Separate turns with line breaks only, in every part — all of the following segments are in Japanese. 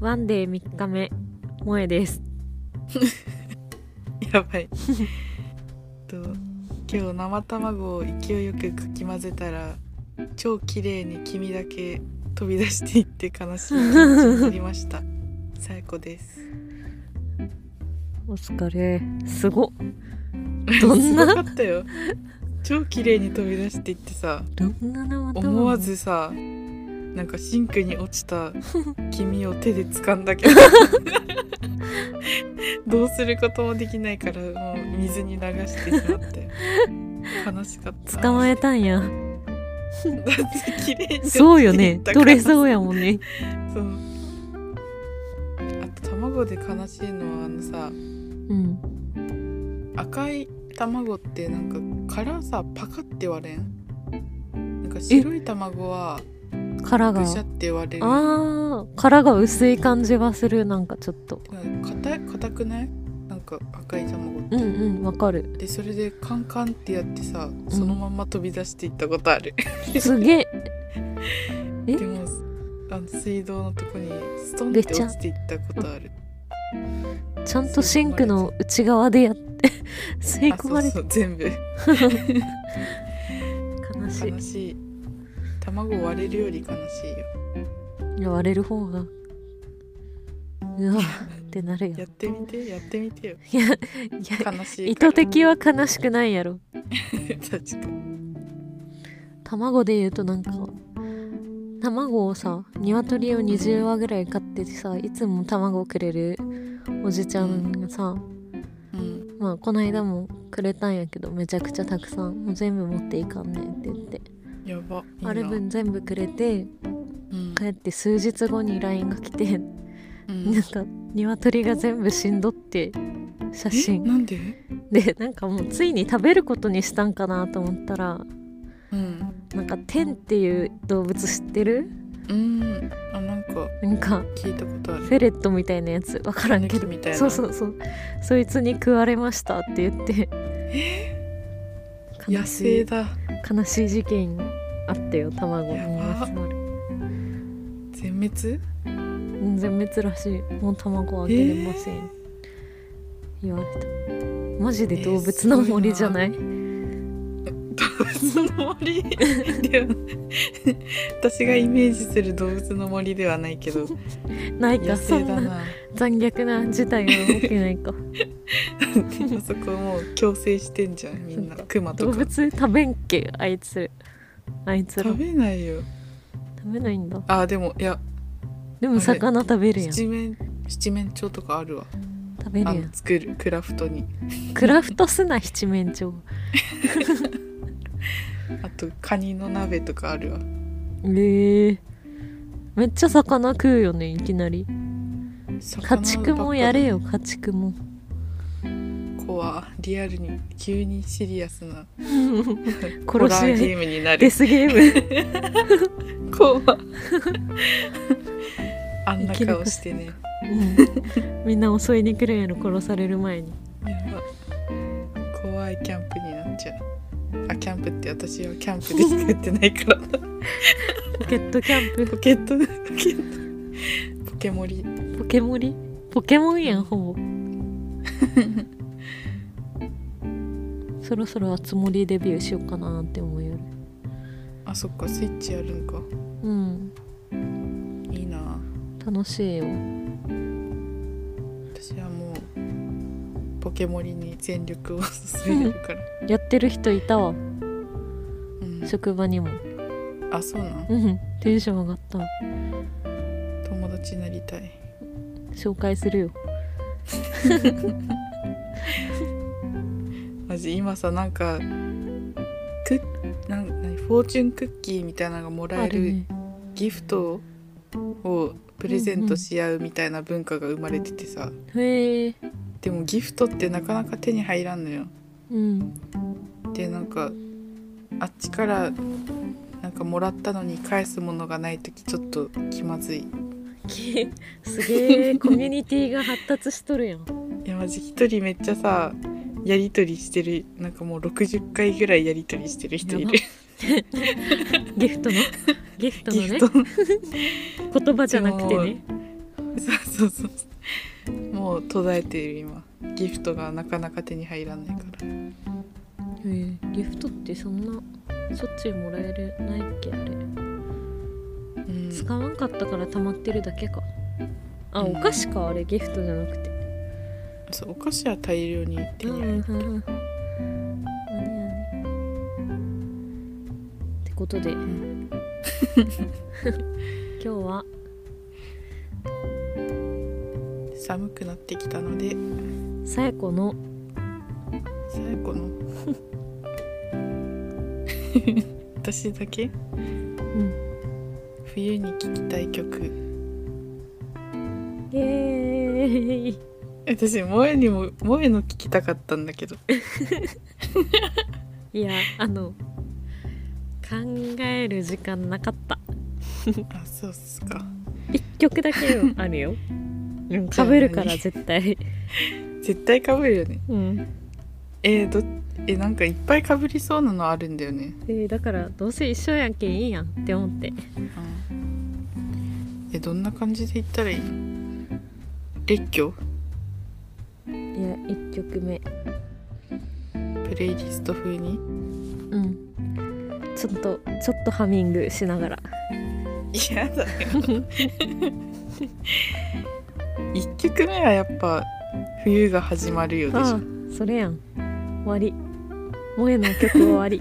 ワンデー3日目萌えです
やばいと今日生卵を勢いよくかき混ぜたら超綺麗に黄身だけ飛び出していって悲しい気持ちになりました さやこです
お疲れすごっどんな
すごかったよ超綺麗に飛び出していってさ
どんな生卵
思わずさなんかシンクに落ちた君を手で掴んだけど どうすることもできないからもう水に流してしまって悲しかった
捕ま
え
えたん や
だって綺麗に
そうよ ね取れ
う
そうやもんね
そうあと卵で悲しいのはあのさ
うん
赤い卵ってなんか殻さパカって割れんなんか白い卵は
殻が
ぐしゃって割れる
あー殻が薄い感じはするなんかちょっと
うん硬い硬くないなんか赤い卵って、
うんうんわかる
でそれでカンカンってやってさそのまま飛び出していったことある、
すげええ
でもあの水道のとこにストンって
ぐちゃ
落ちていったことある
ちゃんとシンクの内側でやって吸い
あ
込
そ
ま
う
れて
そう全部
悲し
悲しい卵割れるより悲しいよ
いいや割れる方がうわってなるよ
やってみてやってみてよ
いやいや
悲し
意
いから
図的は悲しくないやろ
確かに
卵で言うとなんか卵をさ鶏を20羽ぐらい飼っててさいつも卵をくれるおじちゃんがさ、
うん
まあこの間もくれたんやけどめちゃくちゃたくさんもう全部持っていかんねんって言って
やばいいな
あれ分全部くれて
うん
帰って数日後に LINE が来て
うん
なんか鶏が全部死んどって写
え
真
なんで
でなんかもうついに食べることにしたんかなと思ったら
うん
なんか天っていう動物知ってる
うんあなんか
なんか
聞いたことある
フェレットみたいなやつわからんけ
タヌキ
ど
みたいな
そうそうそうそいつに食われましたって言って
野生だ
悲しい事件あったよ卵に
やば
集まる
全滅
全滅らしいもう卵あげれません、
えー
言われたマジで動物の森じゃない,、
動物の森では私がイメージする動物の森ではないけど
ない
野
かそ
生
ん
だ
な
な
残虐な事態が起きない か
あそこもう強制してんじゃんみんな
そう
クマと
動
か
物食べんけあいつあいつら
食
食
べないよ
べないんだ
あでもいや
でも魚食べるやん食
七面七面鳥とかあるわ
べるや
あの
ん
作るクラフトに
クラフトスな七面鳥
あとカニの鍋とかあるわ
ええめっちゃ魚食うよねいきなり
魚ば
家
っか
畜もやれよ家畜も
子はリアルに急にシリアスなホ
殺
ラー
し合
ゲ
い
ームにな
デ
る
スゲーム
怖 あんな
生き残
顔
す
してね
うんみんな襲いに来るんやろ殺される前に
やば怖いキャンプになっちゃうあキャンプって私はキャンプでしかやってな いから
ポケットキャン
ポ
プ
ケットポケットポケモリ
ポケモリポケモンやん ほぼそろそろあつ森デビューしようかなって思うよ
あそっかスイッチやるんか
うん
いいな
楽しいよ
私はもうポケモリに全力を注いでるから、
やってる人いたわ
うん、
職場にも
あそうなん
うんテンション上がった
友達になりたい
紹介するよ
マジ今さなんかクッなんなんフォーチュンクッキーみたいなのがもらえる
ね
ギフトをプレゼントし合うみたいな文化が生まれててさ、
へえ
でもギフトってなかなか手に入らんのよ
うん
でなんかあっちからなんかもらったのに返すものがない時ちょっと気まずい
きすげえコミュニティが発達しとるやん
いやマジ一人めっちゃさやり取りしてるなんかもう60回ぐらいやり取りしてる人いる
ギフトのギフトの
ギフ
ね
トの
言葉じゃなくてね
そうそうそうもう途絶えている今ギフトがなかなか手に入らないから
えーギフトってそんなそっちもらえるないっけあれ
うん
使わんかったから溜まってるだけかあ
うん
お菓子かあれギフトじゃなくて
そうお菓子は大量に手
うん
に入る
うんうんうん何々ってことで今日は
寒くなってきたので
さやこの
さや この私だけ
うん
冬に聴きたい曲
イエーイ
私萌えにも萌えの聴きたかったんだけど
いやあの考える時間なかった
あそうっすか
一曲だけよ あるよかぶるから絶対
絶対かぶるよね
うん、
えー、どえなんかいっぱいかぶりそうなのあるんだよね、
えーだからどうせ一緒やんけんいいやんって思って
えどんな感じで言ったらいいの列挙
いや1曲目
プレイリスト風に
うんちょっとちょっとハミングしながら
嫌だよ 一曲目はやっぱ冬が始まるよでし
あ
ょ
あそれやん終わり萌えの曲終わり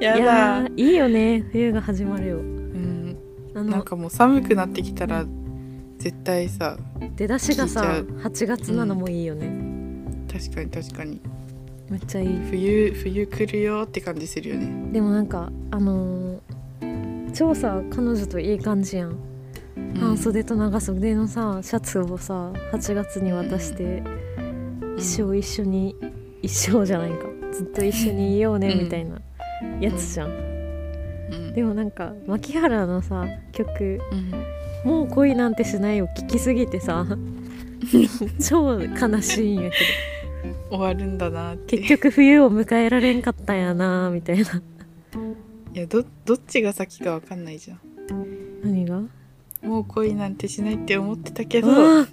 や
い や
だ
ーいいよね冬が始まるよ
うん
あ
なん
の
かもう寒くなってきたら絶対さ
出だしがさ
聞い
8月なのもいいよね、
確かに確かに
めっちゃいい
冬冬来るよって感じするよね
でもなんかあのー、超さ彼女といい感じやん、
うん
半袖と長袖のさシャツをさ8月に渡して、
うん
一生一緒に一生じゃないかずっと一緒にいようね
うん
みたいなやつじゃん、
うん
でもなんか牧原のさ曲
うん
「もう恋なんてしない」を聴きすぎてさ超悲しいんやけ
終わるんだなっ
ど
て
結局冬を迎えられんかったんやなみたいない
やどどっちが先かわかんないじゃ
何が
んもう恋なんてしないって思ってたけど
あー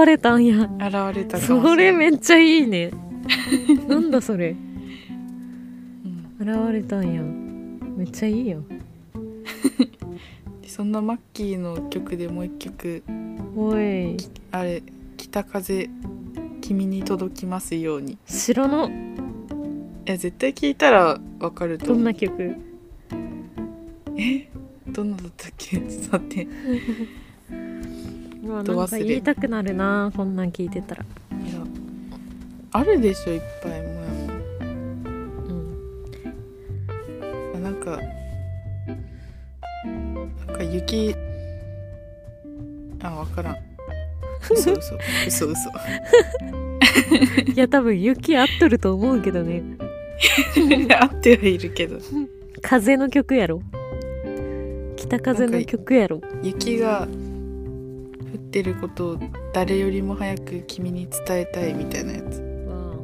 現れたんや
現れたかも
そ
し
れ
れない
めっちゃいい ねなんだそれ
うん
現れたんやめっちゃいいよ
でそんなマッキーの曲でもう一曲
おい
あれ「北風君に届きますように」い
白の
や絶対聞いたらわかると
どん
思
な
う
曲
えどんなだったっけちょっと待っていう
わ
ど
なん
忘
か
れ
言いたくなるなこんなん聞いてたら
やあるでしょいっぱいもやも
うん
あなんかなんか雪あわからん嘘嘘 嘘嘘
いや多分雪合っとると思うけどね
合ってはいるけど
風の曲やろ北風の曲やろ
雪が降ってることを誰よりも早く君に伝えたいみたいなやつ
わ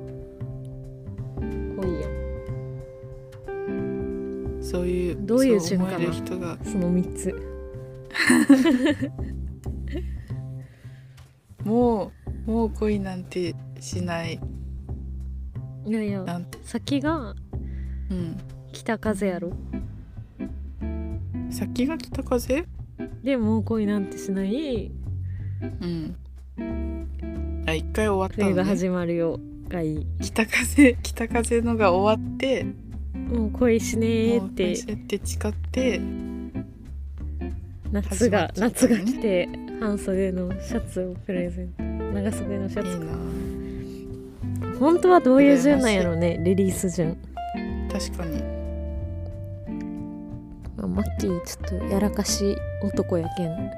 あ濃いやん
そういう
どういう
そう
順かな
思える人が
その3つ
もうもう恋なんてしない
いやいや
なん
先が
うん
北風やろ
先が北風
でもう恋なんてしない
うんあ一回終わった
冬
の、
が
ね、
始まるよがいい
北風北風のが終わって
もう恋しねー
も
っ
う
て
会社って誓って
夏が
始まっち
夏
ゃったね
が来て半袖のシャツをプレゼント長袖のシャ
いい
ツか
な
本当はどういう順なんやろうねリリース順
確かに
まあマッキーちょっとやらかし男やけん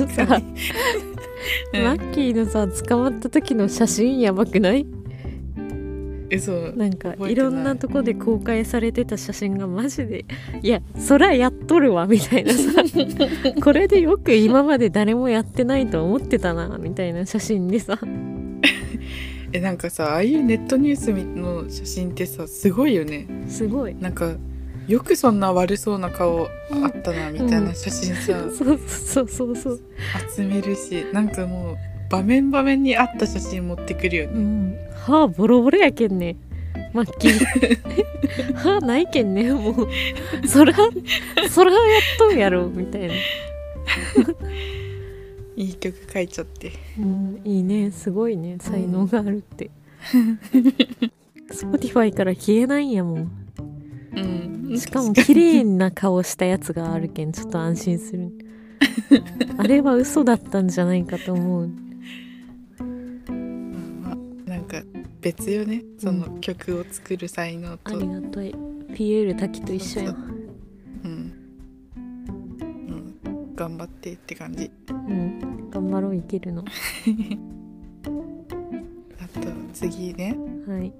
確
さ
か
あ
に
マッキーのさ捕まった時の写真やばくない
えそう
なんか
覚えてない
いろんなとこで公開されてた写真がマジでいやそらやっとるわみたいなさ これでよく今まで誰もやってないと思ってたなみたいな写真でさ
えなんかさああいうネットニュースの写真ってさすごいよね
すごい
なんかよくそんな悪そうな顔あったなみたいな写真さ、
そうそうそうそう、
集めるしなんかもう場面場面に合った写真持ってくるよ
う
ね
ん、歯ボロボロやけんねマッキ ー歯ないけんねもうそらそらやっとんやろみたいな、
いい曲書いちゃって
うん、いいねすごいね才能があるって Spotify から消えないんやもん
うん
しかも綺麗な顔したやつがあるけんちょっと安心するあれは嘘だったんじゃないかと思う
まあなんか別よねその曲を作る才能
あ
と、う
り
ん
がたいピエール滝と一緒や
そ
ん
うん頑張ってって感じ
うん頑張ろういけるの
あと次ね
はい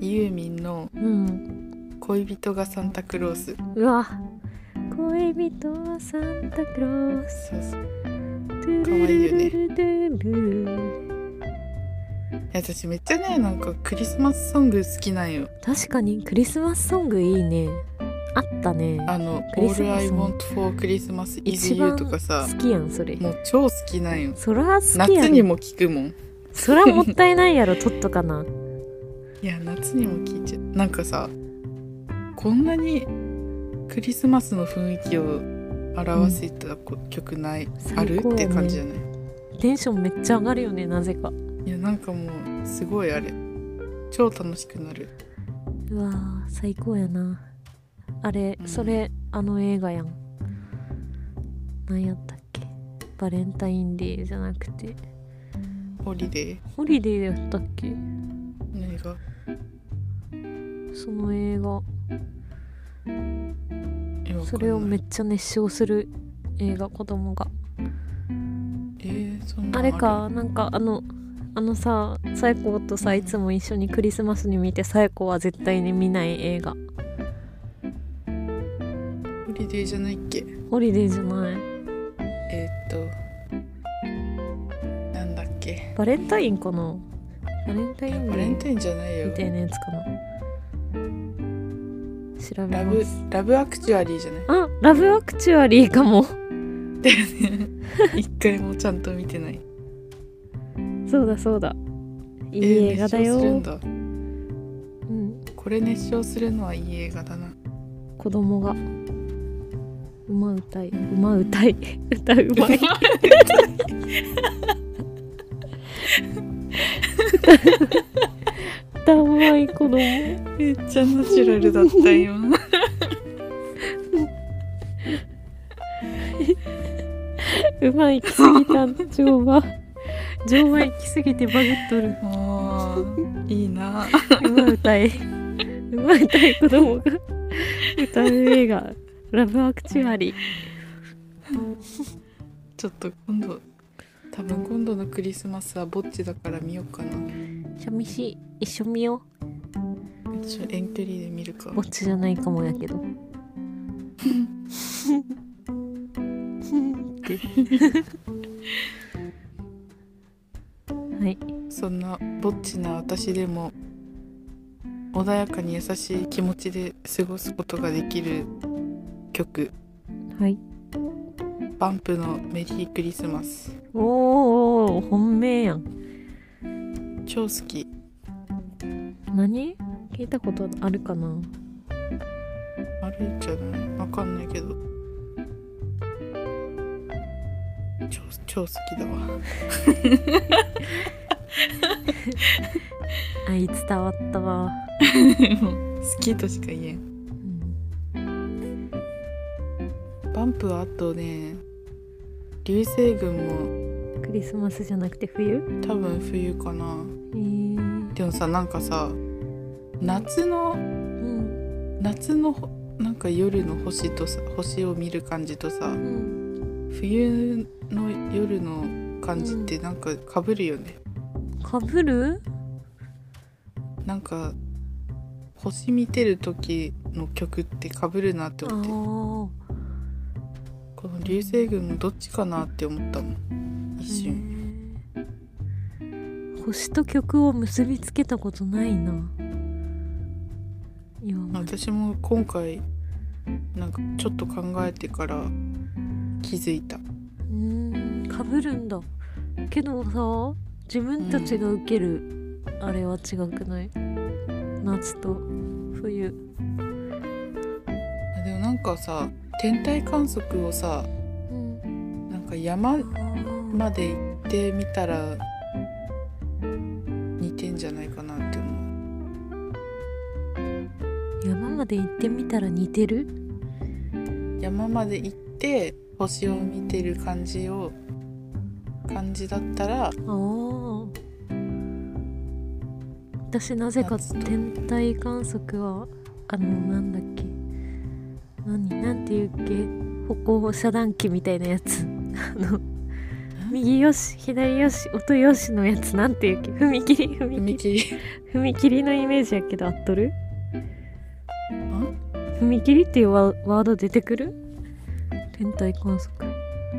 ユーミンの
うん
「恋人がサンタクロース
うわ恋人はサンタクロー」ス
そうそう
トゥ
かわいいよね
ルルルルルル
いや私めっちゃねなんかクリスマスソング好きなんよ
確かにクリスマスソングいいねあったね
あの「
クリス
All
マ
I
スも
Want for Christmas is
一
You
番」
とかさ
好きやんそれ
もう超好きなんよ
そら好きや
夏に
ん
も聴くもん
そらもったいないやろ取っとかない
や夏にも聴いちゃうなんかさこんなにクリスマスの雰囲気を表せたこ曲ない、 ある
最高
っ
やね
て感じじゃない
テンションめっちゃ上がるよねなぜか
いやなんかもうすごいあれ超楽しくなる
うわー最高やなあれ、
うん
それあの映画やん何やったっけバレンタインデーじゃなくて
ホリデー
ホリデーやったっけ
何が
その映画
いやわかんない
それをめっちゃ熱唱する映画子供が
えー、そんな
あ
ん
れかなんかあのあのさサエコとさいつも一緒にクリスマスに見てサエコは絶対に見ない映画
ホリデーじゃないっけ
ホリデーじゃない
えー、っとなんだっけ
バレンタインかなバレンタインデー
バレンタインじゃないよ
みたいなやつかな調べ
ラ
ま
ブ
す
ラブアクチュアリーじゃない
あラブアクチュアリーかも
一回もちゃんと見てない。
そうだそうだいい
えー
映画だよ、
熱唱するんだ
うん、
これ熱唱するのはいい映画だな。
子供が馬歌い馬歌い歌うまい歌うまい子供
めっちゃナチュラルだったよ。
馬行きすぎた乗馬乗馬行きすぎてバグっとる
もういいな。
馬歌い馬歌い子供が歌う映画「ラブアクチュアリー
ちょっと今度多分今度のクリスマスはぼっちだから見ようかな。」
寂しい一緒見よ
ちょ遠距離で見るか
うぼ。っちじゃないかもやけどって はい
そんなぼっちな私でも穏やかに優しい気持ちで過ごすことができる曲
はい
バンプのメリークリスマス。
おーおー本命やん
超好き。
何聞いたことあるかな
あるんじゃないわかんないけど超超好きだわ
愛伝わったわ、
好きとしか言えん
うん、
バンプはあとね流星群も
クリスマスじゃなくて冬
多分冬かな
えー、
でもさなんかさ夏の
うん
夏のほなんか夜の星とさ星を見る感じとさ
うん
冬の夜の感じってなんかかぶるよね、
かぶる
なんか星見てる時の曲ってかぶるなって
あ
思って
ー
この流星群のどっちかなって思ったもん一瞬、
星と曲を結びつけたことないな今ま
私も今回なんかちょっと考えてから気づいた
うんかぶるんだけどさ自分たちが受ける、あれは違くない夏と冬
でもなんかさ天体観測をさ
うん
なんか山まで行ってみたら似てんじゃないかなって思う
山まで行ってみたら似てる
山まで行って星を見てる感じを感じだったら
ああ私なぜか
夏と
天体観測はあのなんだっけ何なんていうっけ歩行遮断機みたいなやつあの右よし左よし音よしのやつなんていうっけ踏切
踏
踏切
切
踏切のイメージやけど合っとる
ん
踏切っていうワワード出てくる天体観測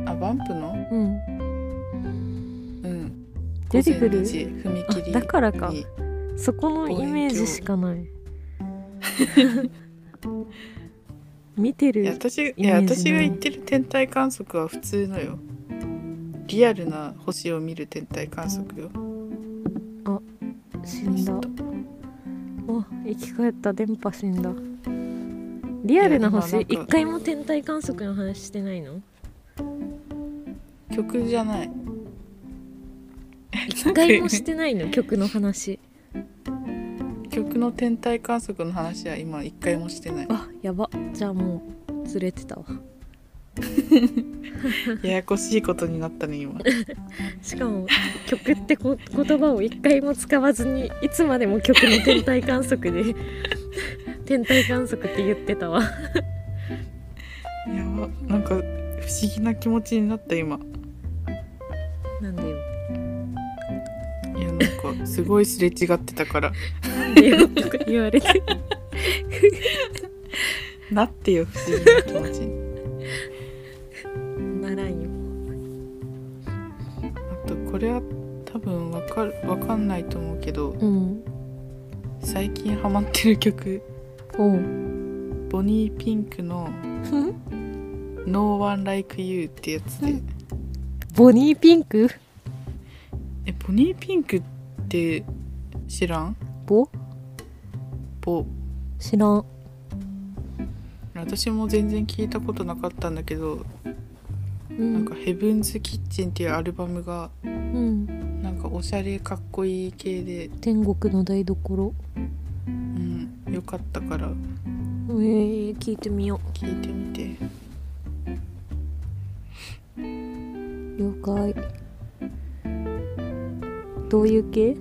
あバンプの
うん
うん
出てくる
午前2時踏
あ
切
だからか
に
そこのイメージしかない見て
いや
る
私い
イメ
や
ージない
私が言ってる天体観測は普通のよリアルな星を見る天体観測よ
死んだお生き返った電波死んだリアルな星
いや今なんか
一回も天体観測の話してないの
曲じゃない
一回もしてないの曲の 話
曲の天体観測の話は今一回もしてない
あやばじゃあもうずれてたわ
ややこしいことになったね今
しかも「曲」って こ言葉を一回も使わずにいつまでも曲の天体観測で天体観測って言ってたわ
やばなんか不思議な気持ちになった今
なんでよ
いやなんかすごいすれ違ってたから
なんでよとか言われて
なってよ不思議な気持ちに
ならんよ
あとこれは多分わかるわかんないと思うけど
うん
最近ハマってる曲
おう
ボニーピンクの「No One Like You」ってやつで
ボニーピンク
えボニーピンクって知らん
ボ
ボ
知らん
私も全然聞いたことなかったんだけど、
う
なん
ん
か「ヘブンズ・キッチン」っていうアルバムが
うん
なんかおしゃれかっこいい系で、
天国の台所
うん、よかったから
えー、聞いてみよ
聞いてみて
う了解どういう系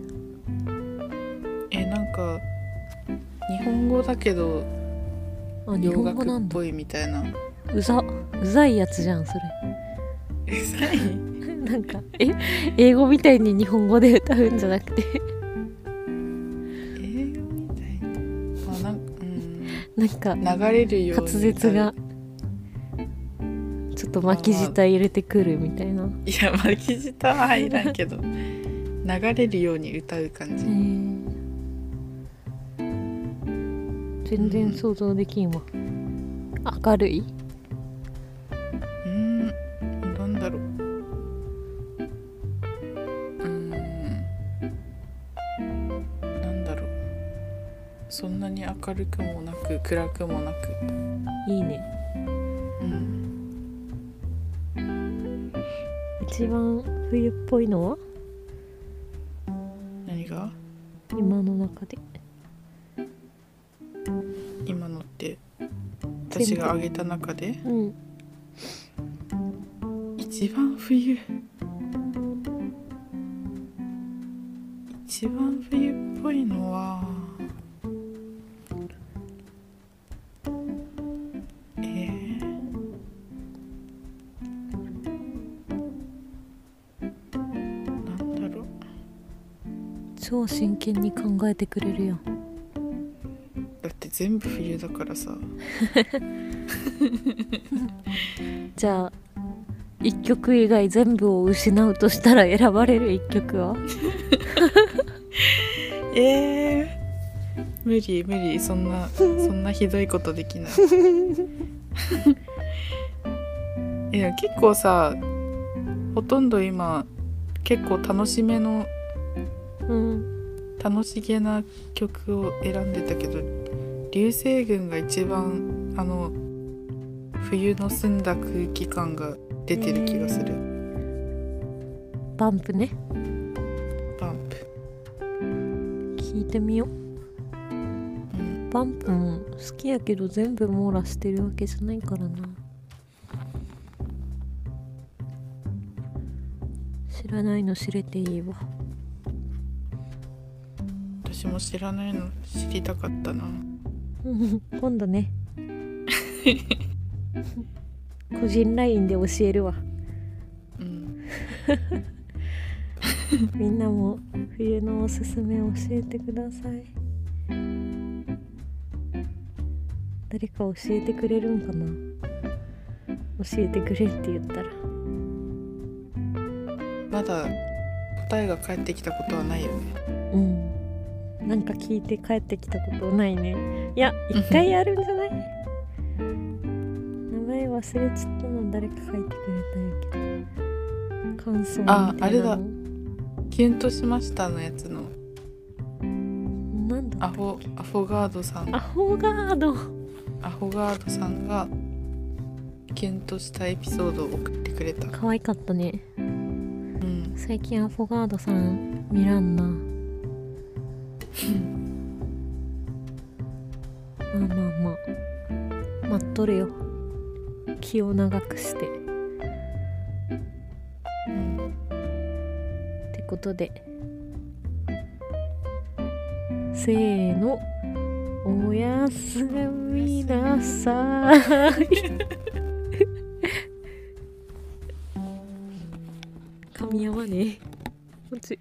えなんか日本語だけど
あ日
洋
本語な
楽っ
んだ
ぽいみたいな
うざうざいやつじゃんそれ
えさい
なんかえ英語みたいに日本語で歌うんじゃなくて
英語みたいな,、まあ、なんうん
なんか
流れるよう
滑
に
舌がちょっと巻き舌入れてくるみたいない
や巻き舌は入らんけど流れるように歌う感じ、
全然想像できんわ明るいう
ーん、なんだろう。うーん、なんだろう。そんなに明るくもなく暗くもなく、
いいね
うん、
一番冬っぽいのは
何が
今の中で
今のって私が挙げた中で
うん
一番冬。一番冬っぽいのは。えーなんだろう
超真剣に考えてくれるやん
だって全部冬だからさ
じゃあ一曲以外全部を失うとしたら選ばれる一曲は
え無理無理そんなそんなひどいことできない えでも結構さほとんど今結構楽しめの
うん
楽しげな曲を選んでたけど流星群が一番あの冬の澄んだ空気感が出てる気がする、
バンプね
バンプ、
聞いてみよう
うん、
バンプも好きやけど全部網羅してるわけじゃないからな知らないの知れていいわ
私も知らないの知りたかったな
うん今度ね個人 LINE で教えるわ
うん
みんなも冬のおすすめ教えてください誰か教えてくれるんかな教えてくれって言ったら
まだ答えが返ってきたことはないよね
うんなんか聞いて帰ってきたことないね いや一回あるんじゃない名前忘れちゃったの誰か書いてくれたんやけど感想みたいなの
ああれだキュンとしましたのやつの
なんだ
ア
ったっ
ホ
け
アホガードさん
アホガード
アホガードさんがキュンとしたエピソードを送ってくれた、
可愛かったね
うん、
最近アフォガードさん見らんなまあまあまあ待っとるよ気を長くして
うん
ってことでせーのおやすみなさい 噛み合わねえこっち